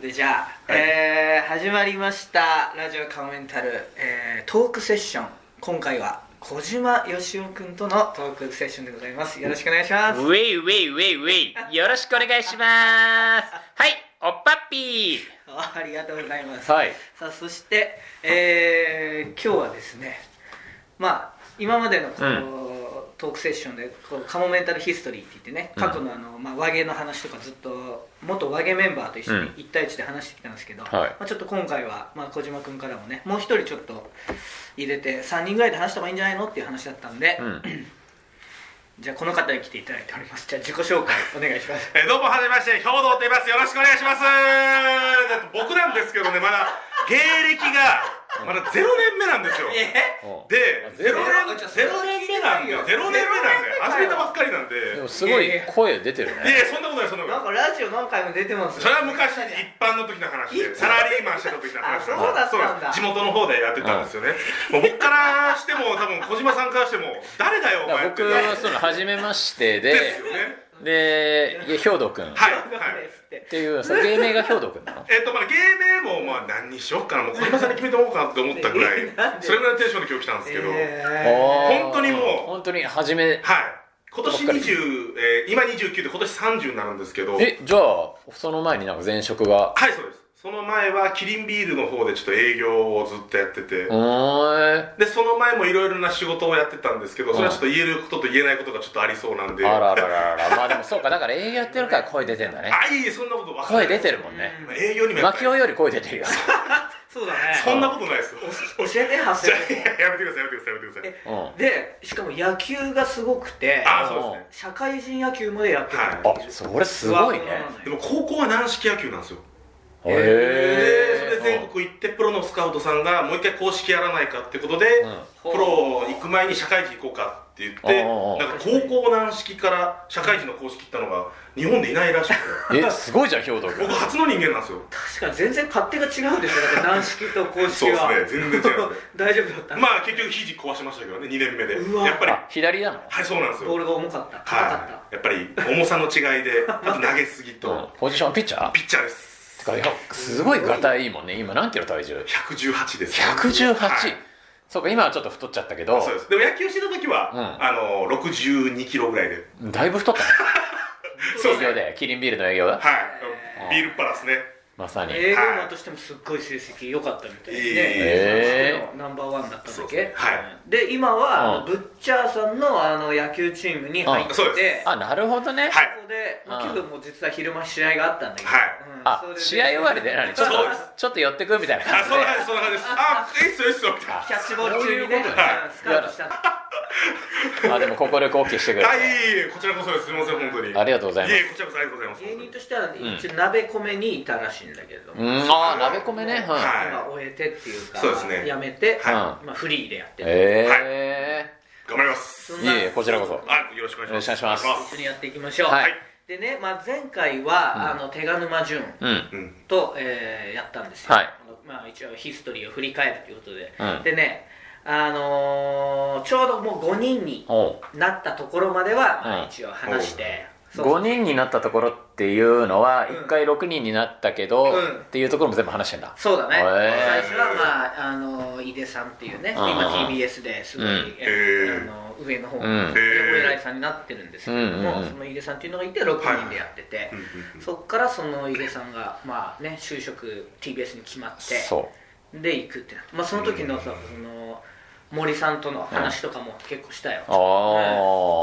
でじゃあ、はいえー始まりましたラジオカモメンタル、えートークセッション今回は小島よしおくんとのトークセッションでございますよろしくお願いしますウェイウェイウェイウェイよろしくお願いしますはいおっぱっぴ あありがとうございますーはいさあそして、えー今日はですねまあ今までのこの、トークセッションでこうカモメンタルヒストリーって言ってねうん過去のあの、まあ、和芸の話とかずっと元和芸メンバーと一緒にうん1対1で話してきたんですけど、はいまあ、ちょっと今回は、まあ、小島君からもねもう1人ちょっと入れて3人ぐらいで話した方がいいんじゃないのっていう話だったんで、うんじゃあこの方に来ていただいておりますじゃあ自己紹介お願いします えーどうもはじめまして兵道と言いますよろしくお願いしますだって僕なんですけどねまだ芸歴がまだ0年目なんですよでお0年ゼロゼロ年目なんで0年目なんで始めたばっかりなんででもいすごい声出てるねやいやそんなことないそんななんことないかラジオ何回も出てますそれは昔一般の時の話でサラリーマンしてた時の話なんであそうだったんだそうです地元の方でやってたんですよねもう僕からしても多分小島さんからしても誰だよおだから前って僕はその初めましてでですよねでいや兵道君っはいそうはいですってていうその芸名が兵道君 なのえっとまあ芸名もまあ何にしようかなもう小島さんに決めておこうかなって思ったぐら えなんいでそれぐらいのテンションで今日来たんですけど、え本本当にもう本当に初めはい今年20、えー今29で今年30になるんですけどはいえじゃあその前になんか前職がそうですその前はキリンビールの方でちょっと営業をずっとやってて、うーんでその前もいろいろな仕事をやってたんですけどそれはちょっと言えることと言えないことがちょっとありそうなんであらららららまあでもそうかだから営業やってるから声出てんだねあいいそんなこと分かんな声い出てるもんねまあ営業にもやっマぱキオより声出てるよそうだねそんなことな いですよ教えて発生じゃ あいややめてくださいやめてくださいやめてくださいうんあでしかも野球がすごくてああそうですね社会人野球までやってはたいそれすごいねでも高校は軟式野球なんですよいでへそれで全国行ってプロのスカウトさんがもう一回公式やらないかってことで、うんプロ行く前に社会人行こうかって言っうんてうんうんなんか高校軟式から社会人の公式行ったのが日本でいないらしくてええすごいじゃん兵 頭君僕初の人間なんですよ確かに全然勝手が違うんですよだって軟式と公式はそうですね全然違うんで 大丈夫だったまあ結局肘壊しましたけどね2年目でうわやっぱりあ左なのはいそうなんですボーよルが重かった硬かっはいやっぱり重さの違いであと投げすぎうんとポジションピッチャーピッチャーですてかいやすごいガタイいいもんね今何キロ体重118です118はいそうか今はちょっと太っちゃったけどそうですでも野球してた時は、うんあの62キロぐらいでだいぶ太ったそのう営です業ねでキリンビールの営業だはいえー、ビールパラスねまさたに営業マンとしてもすっごい成績良かったみたいで、ねえナンバーワンだったんだっそうでけすはいうんで今は、うんブッチャーさんのあの野球チームに入ってて、うんそうであなるほどねはいそこで、まあ、うんけどもう実は昼間試合があったんだけど、はいうんあそれで試合終わりで何ちょっとそうですちょっと寄ってくみたいな感あ、じそでんな感じ、そんな感じです。あ、いいっすよ、いいっすよ、みたいな。キャッチボール中にねそういうことねうんスカウトしたんだあでもここで後期してくれてあ、いえいえいえ、こちらこそです。すみません、本当に。ありがとうございますいえいえ、こちらこそありがとうございます。芸人としては一応鍋米にいたらしいんだけれども、うんああ鍋米ねうん、はい今終えてっていうかそうですねやめて、はいうんまあ、フリーでやってる、え頑張ります。そんいなえいえこちらこそあ、よろしくお願いします。よろしくお願い一緒にやっていきましょう、はいでね、まあ、前回は、あの手賀沼淳えうんうん。と、えーやったんですよ、はいまあ、一応ヒストリーを振り返るということで、うんでね、あのーちょうどもう5人におうなったところまでは、まうあ、ん一応話して、そう5人になったところっていうのはうん1回6人になったけど、うんっていうところも全部話してんだそうだね、へー最初は、まあ、あの井出さんっていうね、うんうんうん今 TBS ですごい、うんえへーあの上の方の、うんでお偉いさんになってるんですけれども、うんうんうんその井出さんっていうのがいて6人でやってて、うんうんうんそっからその井出さんが、まあね、就職 TBS に決まってそで行くってなってまあ、その時のさ、その森さんとの話とかも結構したよ、うあ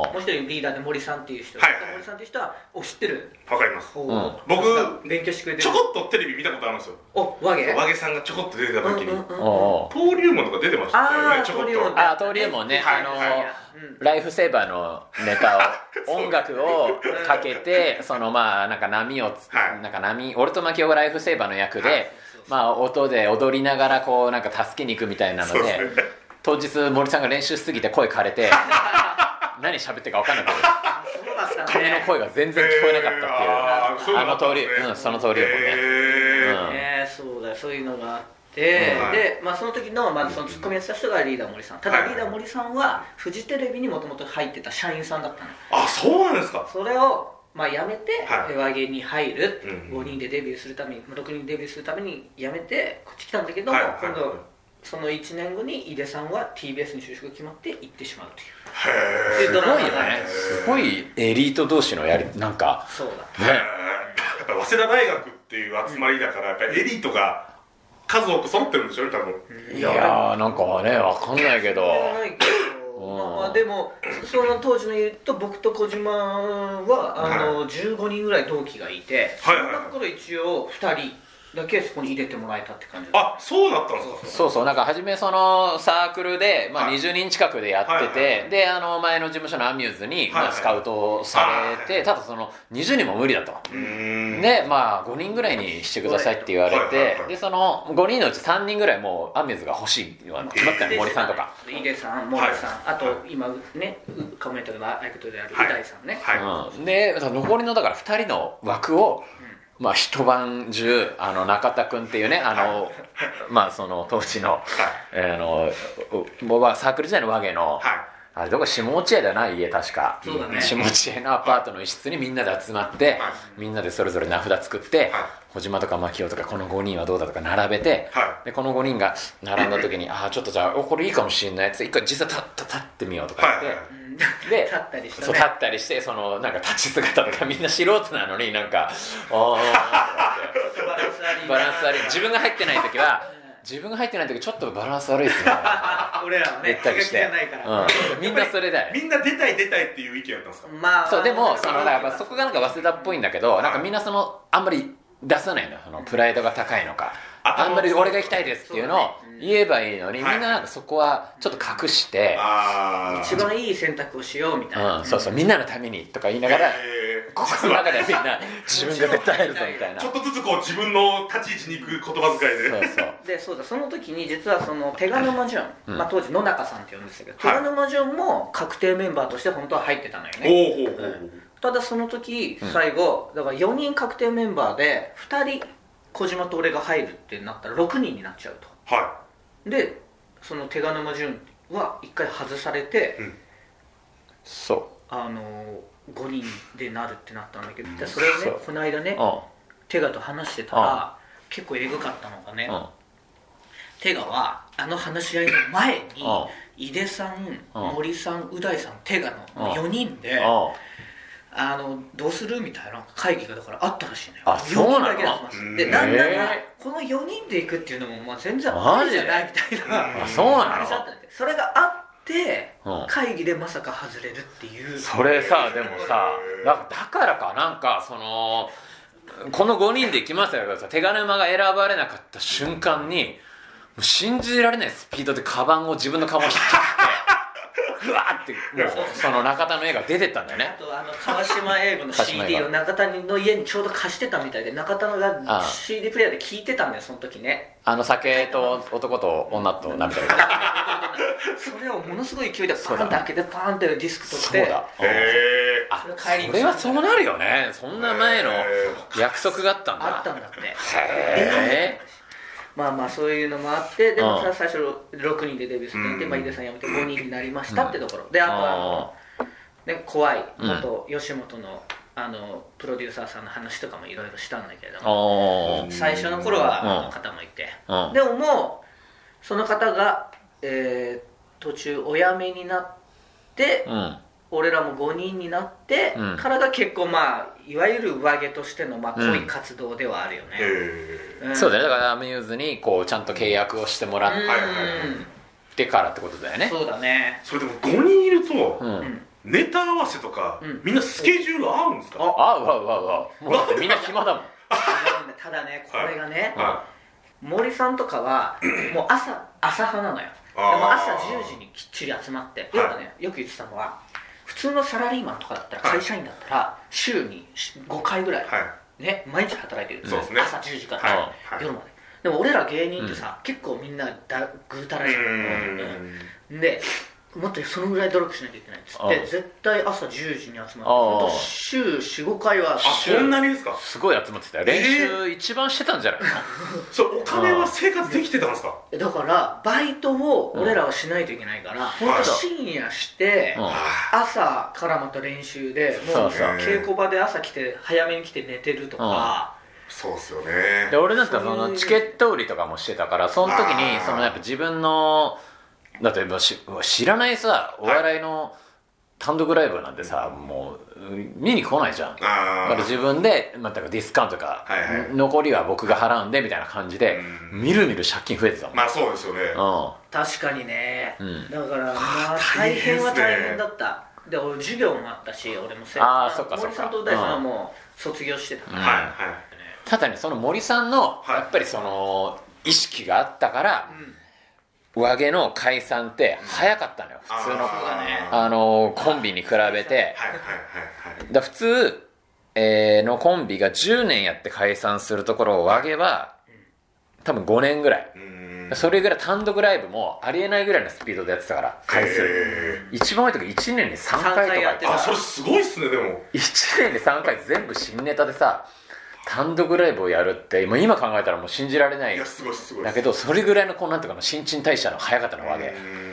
あもう一人リーダーで森さんっていう人がいて、はいはい森さんっていう人はお知ってるわかります。こううん僕勉強してくれてるちょこっとテレビ見たことあるんですよ。お和芸和毛さんがちょこっと出てた時に。うんうんうんおう登竜門とか出てましたよあね、あちょこっ登竜門と。あ登竜門ねはいあのーはいうんライフセーバーのネタを音楽をかけてそのまあなんか波をつ、はいなんか波俺とマキオがライフセーバーの役で、はいまあ音で踊りながらこうなんか助けに行くみたいなのそうでですね。当日森さんが練習しすぎて声枯れて何喋ってるか分かんなくてあそうだったね君の声が全然聞こえなかったっていう、あーそうあだのったん通でり、すねうん、その通りよもんね、へーうんねそうだよそういうのがあってうんで、まあ、その時の、まあ、そのツッコミやってた人がリーダー森さんただはいリーダー森さんはフジテレビにもともと入ってた社員さんだったのあ、そうなんですか。それをまあ、辞めてはい和芸に入る、うん5人でデビューするためにまあ6人デビューするために辞めてこっち来たんだけど、はいはい今度その1年後に井出さんは TBS に就職が決まって行ってしまうというでへすドごいラよマがねすごいエリート同士のやりなんかそうだえねやっぱ早稲田大学っていう集まりだからやっぱりエリートが数多く揃ってるんでしょうね多分いやーなんかねわかんないけどそれはないけどうんまあまあでもその当時の言うと僕と小島はあの、15人ぐらい同期がいて、はいはいはいその中から一応2人だけそこに入れてもらえたって感じあそうだったんですかそうそうなんか初めそのサークルで、まあ、はい20人近くでやってて、はいはいはいであの前の事務所のアミューズに、はいまはあ、いスカウトされて、はいただその20人も無理だと、うーんでまあ5人ぐらいにしてくださいって言われて、はいはいはいでその5人のうち3人ぐらいもうアミューズが欲しいのは決まったので森さんとか、井出さん森さん、はあいと今ねカメラの相方であるはい井大さんね、はい、うん、で残りのだから2人の枠を、まあ、一晩中あの中田君っていうねあの、 まあその当時の,、あの僕はサークル時代の和芸の、はあれどこ下落合だな家確かそうだね下落合のアパートの一室にみんなで集まって、はみんなでそれぞれ名札作って、小島とか牧雄とかこの5人はどうだとか並べて、はでこの5人が並んだ時にああちょっとじゃあおこれいいかもしれないっつって一回実際立立立ってみようとか言って、はいはうんで立ったりしたねそう立ったりしてそのなんか立ち姿とかみんな素人なのになんかあちょっとバランス悪い ーなバランス悪い自分が入ってない時 は自分が入ってない時ちょっとバランス悪いっす ね俺らは言ねったりして、気が利かないから、うん、みんなそれだよ い、みんな出たい出たいっていう意見だったんですかまあそうでもそのだからやっぱそそこがなんか早稲田っぽいんだけどなんかみんなそのあんまり出さないのそのプライドが高いのかああんまり俺が行きたいですっていうのを言えばいいのにみんはいななんかそこはちょっと隠して、ああ一番いい選択をしようみたいな、うん、そうそうみんなのためにとか言いなが らえー心の中でみんな 自分が絶対入るぞみたいなちそょうっとずつこう自分の立ち位置に行く言葉遣いでそうでそうだその時に実はその手賀沼淳、うんまあ、当時野中さんって呼んでたけど、はい手賀沼淳も確定メンバーとして本当は入ってたのよねおおほうほうほうただその時うん最後、だから4人確定メンバーで2人小島と俺が入るってなったら6人になっちゃうはとでその手賀沼淳は1回外されて、そあの5人でなるってなったんだけど、でそれをねそうこの間ね、ううテガと話してたら結構えぐかったのがね、んうんテガはあの話し合いの前にうん井出さんうん森さんう大さんテガのうん4人でうんあのどうするみたいな会議がだからあったらしいのよあそうなの4人だけで集まってうんでなんならへこの4人で行くっていうのもまあ全然あマりジじでゃないみたいなうんあそうな話だっのたんでそれがあってうん会議でまさか外れるっていうそれさでもさだだからかなんかそのこの5人で行きますよ手賀沼が選ばれなかった瞬間にもう信じられないスピードでカバンを自分の顔を引っ張って ぐわーってもうその中田の絵が出てったんだよあねとあの川島英語の川島英 CD 語を中谷の家にちょうど貸してたみたいで中田あがあ CD プレイヤーで聞いてたんだよその時ねあの酒と男と女と涙がそれをものすごい勢いでパそうーンだって開けてパーンってディスク取っそうてだいへえあそれ帰り道それはそうなるよねそんな前の約束があったんだあったんだってへえまあまあそういうのもあってでもうん最初6人でデビューしていて、うんまあ、井出さん辞めて5人になりましたってところ、であとはあの、ね、怖い元吉本のあのプロデューサーさんの話とかもいろいろしたんだけれどもおー最初の頃はうんあの方もいて、うんでももうその方が、えー途中お辞めになって、うん俺らも5人になって、うんからが結構まあいわゆる上げとしてのまあうん濃い活動ではあるよね、へんそうだよねだからアミューズにこうちゃんと契約をしてもらうんっはいはいはいてからってことだよねそうだねそれでも5人いるとうんんネタ合わせとかうんみんなスケジュール合うんですかあうわうわうわもうだってみんな暇だもんただねこれがね、は森さんとかはもう朝朝派なのよであーも朝10時にきっちり集まって要はね、よく言ってたのは普通のサラリーマンとかだったらはい会社員だったら週に5回ぐらい、いはいね毎日働いてるそうですね朝10時から、はいはい夜まででも俺ら芸人ってさ、結構みんなだぐうたらしい、うーんうんでもっとそのぐらい努力しなきゃいけないっつっあてあ絶対朝10時に集まってああほんと週45回はあそんなにですかすごい集まってたよ練習一番してたんじゃないの、それお金は生活できてたんですかだからバイトを俺らはしないといけないから、ほん、本当深夜して、うん朝からまた練習でもそううそう稽古場で朝来て早めに来て寝てるとか、そうっすよねで俺なんかそそういのうチケット売りとかもしてたからその時にあーそのやっぱ自分のだってもうし知らないさお笑いの単独ライブなんてさ、もううん見に来ないじゃんだあからあ自分で、まあ、だからディスカウントか、はいはい残りは僕が払うんでみたいな感じで、みるみる借金増えてたもん、まあそうですよね確かにね、うんだからまあ大大変変ですねは大変だったで俺授業もあったし俺もせああまそっかそ森っかさんと大さんはもう卒業してたから、うんはいはいただねその森さんのはいやっぱりその意識があったから、上毛の解散って早かったのよ普通のあーそうだねあのコンビに比べてはいはいはいはいだ普通、えーのコンビが10年やって解散するところを和毛は多分5年ぐらいうーんそれぐらい単独ライブもありえないぐらいのスピードでやってたから回数え一番多い時1年に3三回とか回やってーたあそれすごいっすねでも1年に3回全部新ネタでさ単独ライブをやるってもう今考えたらもう信じられないいやすごいっすすごいだけどそれぐらいのこうなんとかの新陳代謝の早かったの和毛ウ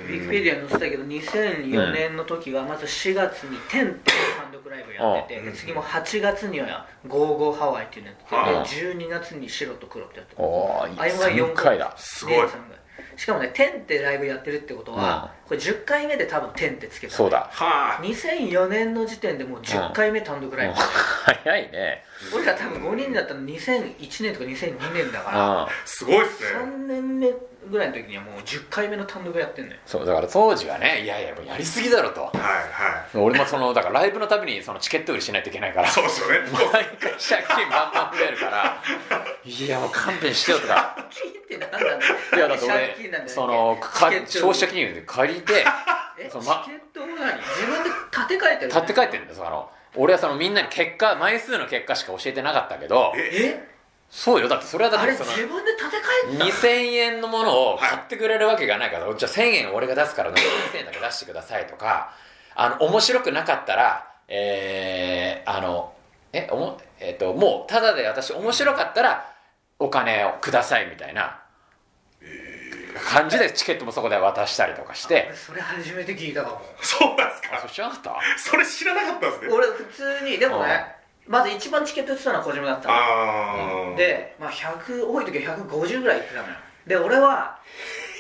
ィキペディアに載せたけど2004年の時はまず4月に「テン」っていう単独ライブやってて、で次も8月には「ゴーゴーハワイ」っていうのやってて、で12月に「白と黒」ってやってておおあれは3 4回だすごいね三回しかもね「テン」ってライブやってるってことは、これ10回目で多分「テン」ってつけたそうだはあ2004年の時点でもう10回目単独ライもブ、う早いね俺ら多分5人だったの2001年とか2002年だから、うんすごいっすね3年目ぐらいの時にはもう10回目の単独やってん のよ そうだから当時はねいやいやもうやりすぎだろとはいは俺もそのだからライブのたびにそのチケット売りしないといけないからいそうっすよね毎回借金バンバン増えるからいやもう勘弁してよ とか借金って何なんだろういやだって借金なんだよね俺そのかチケット消費者金融で借りてえチケそッうまトも何自分で立て替えてる立って帰ってるんですあの俺はそのみんなに結果枚数の結果しか教えてなかったけど ええそうよだってそれはだっあてれその自分で立て替えてた2000円のものを買ってくれるわけがないから、じゃあ1000円俺が出すから2000円だけ出してくださいとかあの面白くなかったらえー、あのえおも、えっともうただで私面白かったらお金をくださいみたいな感じでチケットもそこで渡したりとかして俺それ初めて聞いたかもそうなんですあかそうしなかったそれ知らなかったんですね俺普通にでもねまず一番チケット売ってたのは小島だったのああで、まあ、100多い時は150ぐらい行ってたのよで俺は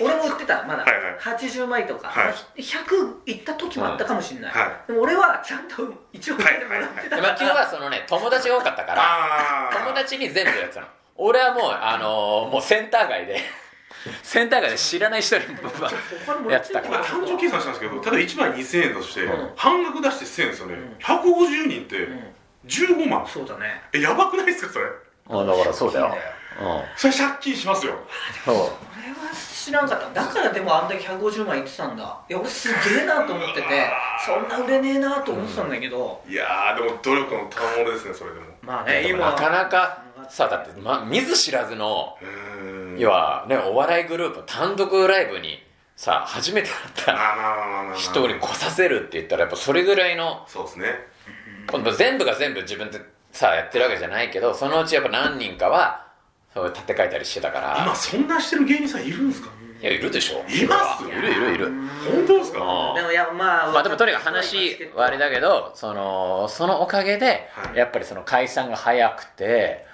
俺も売ってたまだはいはい80枚とか、はいまあ100行った時もあったかもしれない、はでも俺はちゃんと一応売ってもらってたでから、魔球はそのね友達が多かったからああ友達に全部やってたの俺はもうあのーもうセンター街でセンター街で知らない人にお金もらやっっててたたかから今単純計算したんですけどただ1枚2000円出して、うん半額出して1000円ですよね、ん150人ってう15万ん、そうだねえやばくないですかそれあだからそうだよそうだようそれ借金しますよんそうこれは知らんかっただからでもあんだけ150万いってたんだいや俺すげえなと思っててうわそんな売れねえなと思ってたんだけど、いやーでも努力の賜物ですねそれでもまあいやねでも今なかなかさだって、ま、見ず知らずのうーん要はねお笑いグループ単独ライブにさ初めて会まっあまあまあまあまあた人に来させるって言ったらやっぱそれぐらいのそうですね今度全部が全部自分でさやってるわけじゃないけどそのうちやっぱ何人かはそう立て替えたりしてたから今そんなしてる芸人さんいるんですかいやいるでしょいますいるいるいる本当ですかあでもいやまあまあでもとにかく話はあれだけどそのそのおかげではいやっぱりその解散が早くて、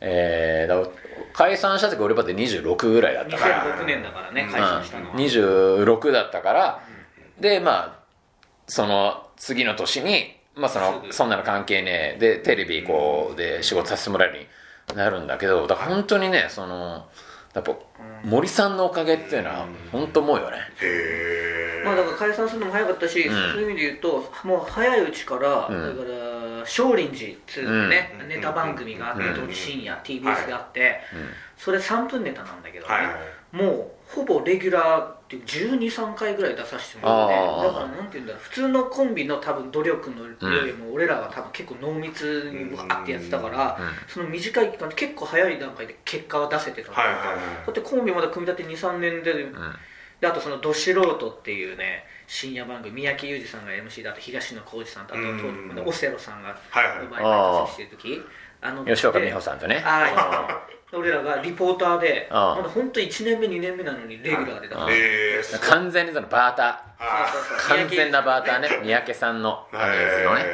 えーだ解散した時俺まで26ぐらいだったから、 2006年だからねうん解散したのは、うん26だったからでまあその次の年に、まあ、そのすぐそんなの関係ねえでテレビこうで仕事させてもらえるようになるんだけどだから本当にねそのやっぱ森さんのおかげっていうのは本当思うよね。へえまあだから解散するのも早かったし、そういう意味で言うともう早いうちから、んだから「少林寺」っつうね、ネタ番組があって、うん深夜 TBS であって、それ3分ネタなんだけどね、はいはいもうほぼレギュラーって1 2三3回ぐらい出させてもらってあーだからなんて言うんだろう普通のコンビの多分努力のよりも俺らは多分結構濃密にわーってやってたから、その短い期間で結構早い段階で結果は出せてたんだけどはいはいはいだってコンビまだ組み立て23年でであとその「ど素人」っていうね深夜番組三宅裕二さんが MC だと東野幸治さんとあとうん東京のオセロさんがはいはい奪い合いしてる時あの吉岡美穂さんとねああ俺らがリポーターでああまだ本当1年目2年目なのにレギュラーでだからはいえーす完全にそのバータあそうそうーそう完全なバーターね三宅さんのーはですよねい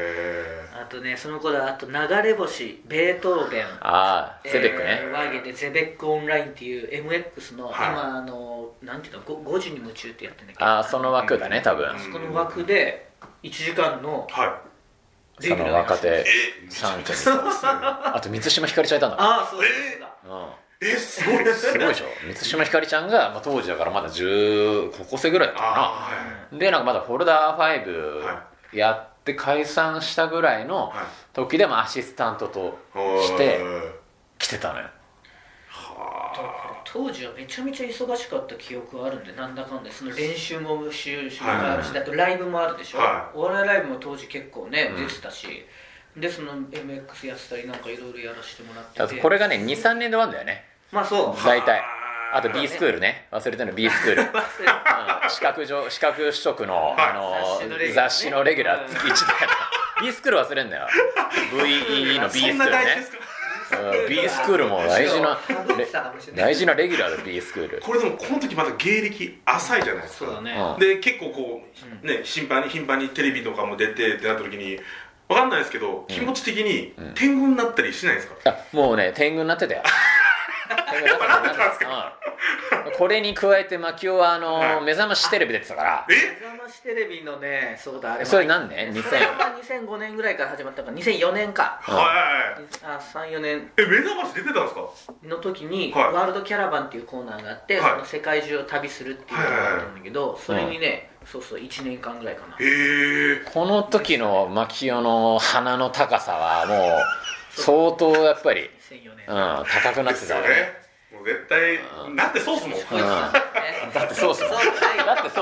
あとねその頃あと流れ星ベートーベンああセベックね、えーワイゲンでゼベックオンラインっていう MX の、はい今あのなんていうのご5時に夢中ってやってんだけどああその枠だね多分あそこの枠で1時間のはレそギュラーのや若手え3い組そうですねあと満島ひかりちゃんいたんだああそうだそうだうえすごいですんすごいでしょ満島ひかりちゃんが、まあ、当時だからまだ10高校生ぐらいだったかあなでなんかまだフォルダーは5やって解散したぐらいのはい時でもアシスタントとーはいしておー来てたのよ当時はめちゃめちゃ忙しかった記憶があるんでなんだかんだその練習も週週があるし、はだとライブもあるでしょ、はお笑いライブも当時結構ねうん出てたし、でその MX やってたりなんかいろいろやらせてもらだっかてらてこれがね23年で終わるんだよねまあ そう大体あーあと B スクールね忘れてるの B スクールうん資格 上資格取得のはいあ雑誌ののレギュラーね雑誌のレギュラー月1だよ B スクール忘れんだよ VE の B スクそーんルな大事でねすかうん B スクールも大事 なレレ大事なレギュラーだ B スクールこれでもこの時まだ芸歴浅いじゃないですかそうだね、うんで結構こうう、ね、頻繁に頻繁にテレビとかも出てってなった時にわかんないですけど気持ち的にうん天狗になったりしないですか、あもうね天狗になってたよ天狗になってたようんこれに加えてマキオはあの、はい目覚ましテレビ出てたからえ目覚ましテレビのねそうだあれそれ何年それが2005年ぐらいから始まったから2004年かうんはいあ34年え目覚まし出てたんですかの時に、はいワールドキャラバンっていうコーナーがあって、はいその世界中を旅するっていうのがあったんだけど、それにね、そうそう1年間ぐらいかな、へえこの時のマキオの鼻の高さはもう相当やっぱり、うん、 2004年、高くなでってすたよよねねもう絶対なってそうっすもんこいつなんだね だってそうっすもんだってそう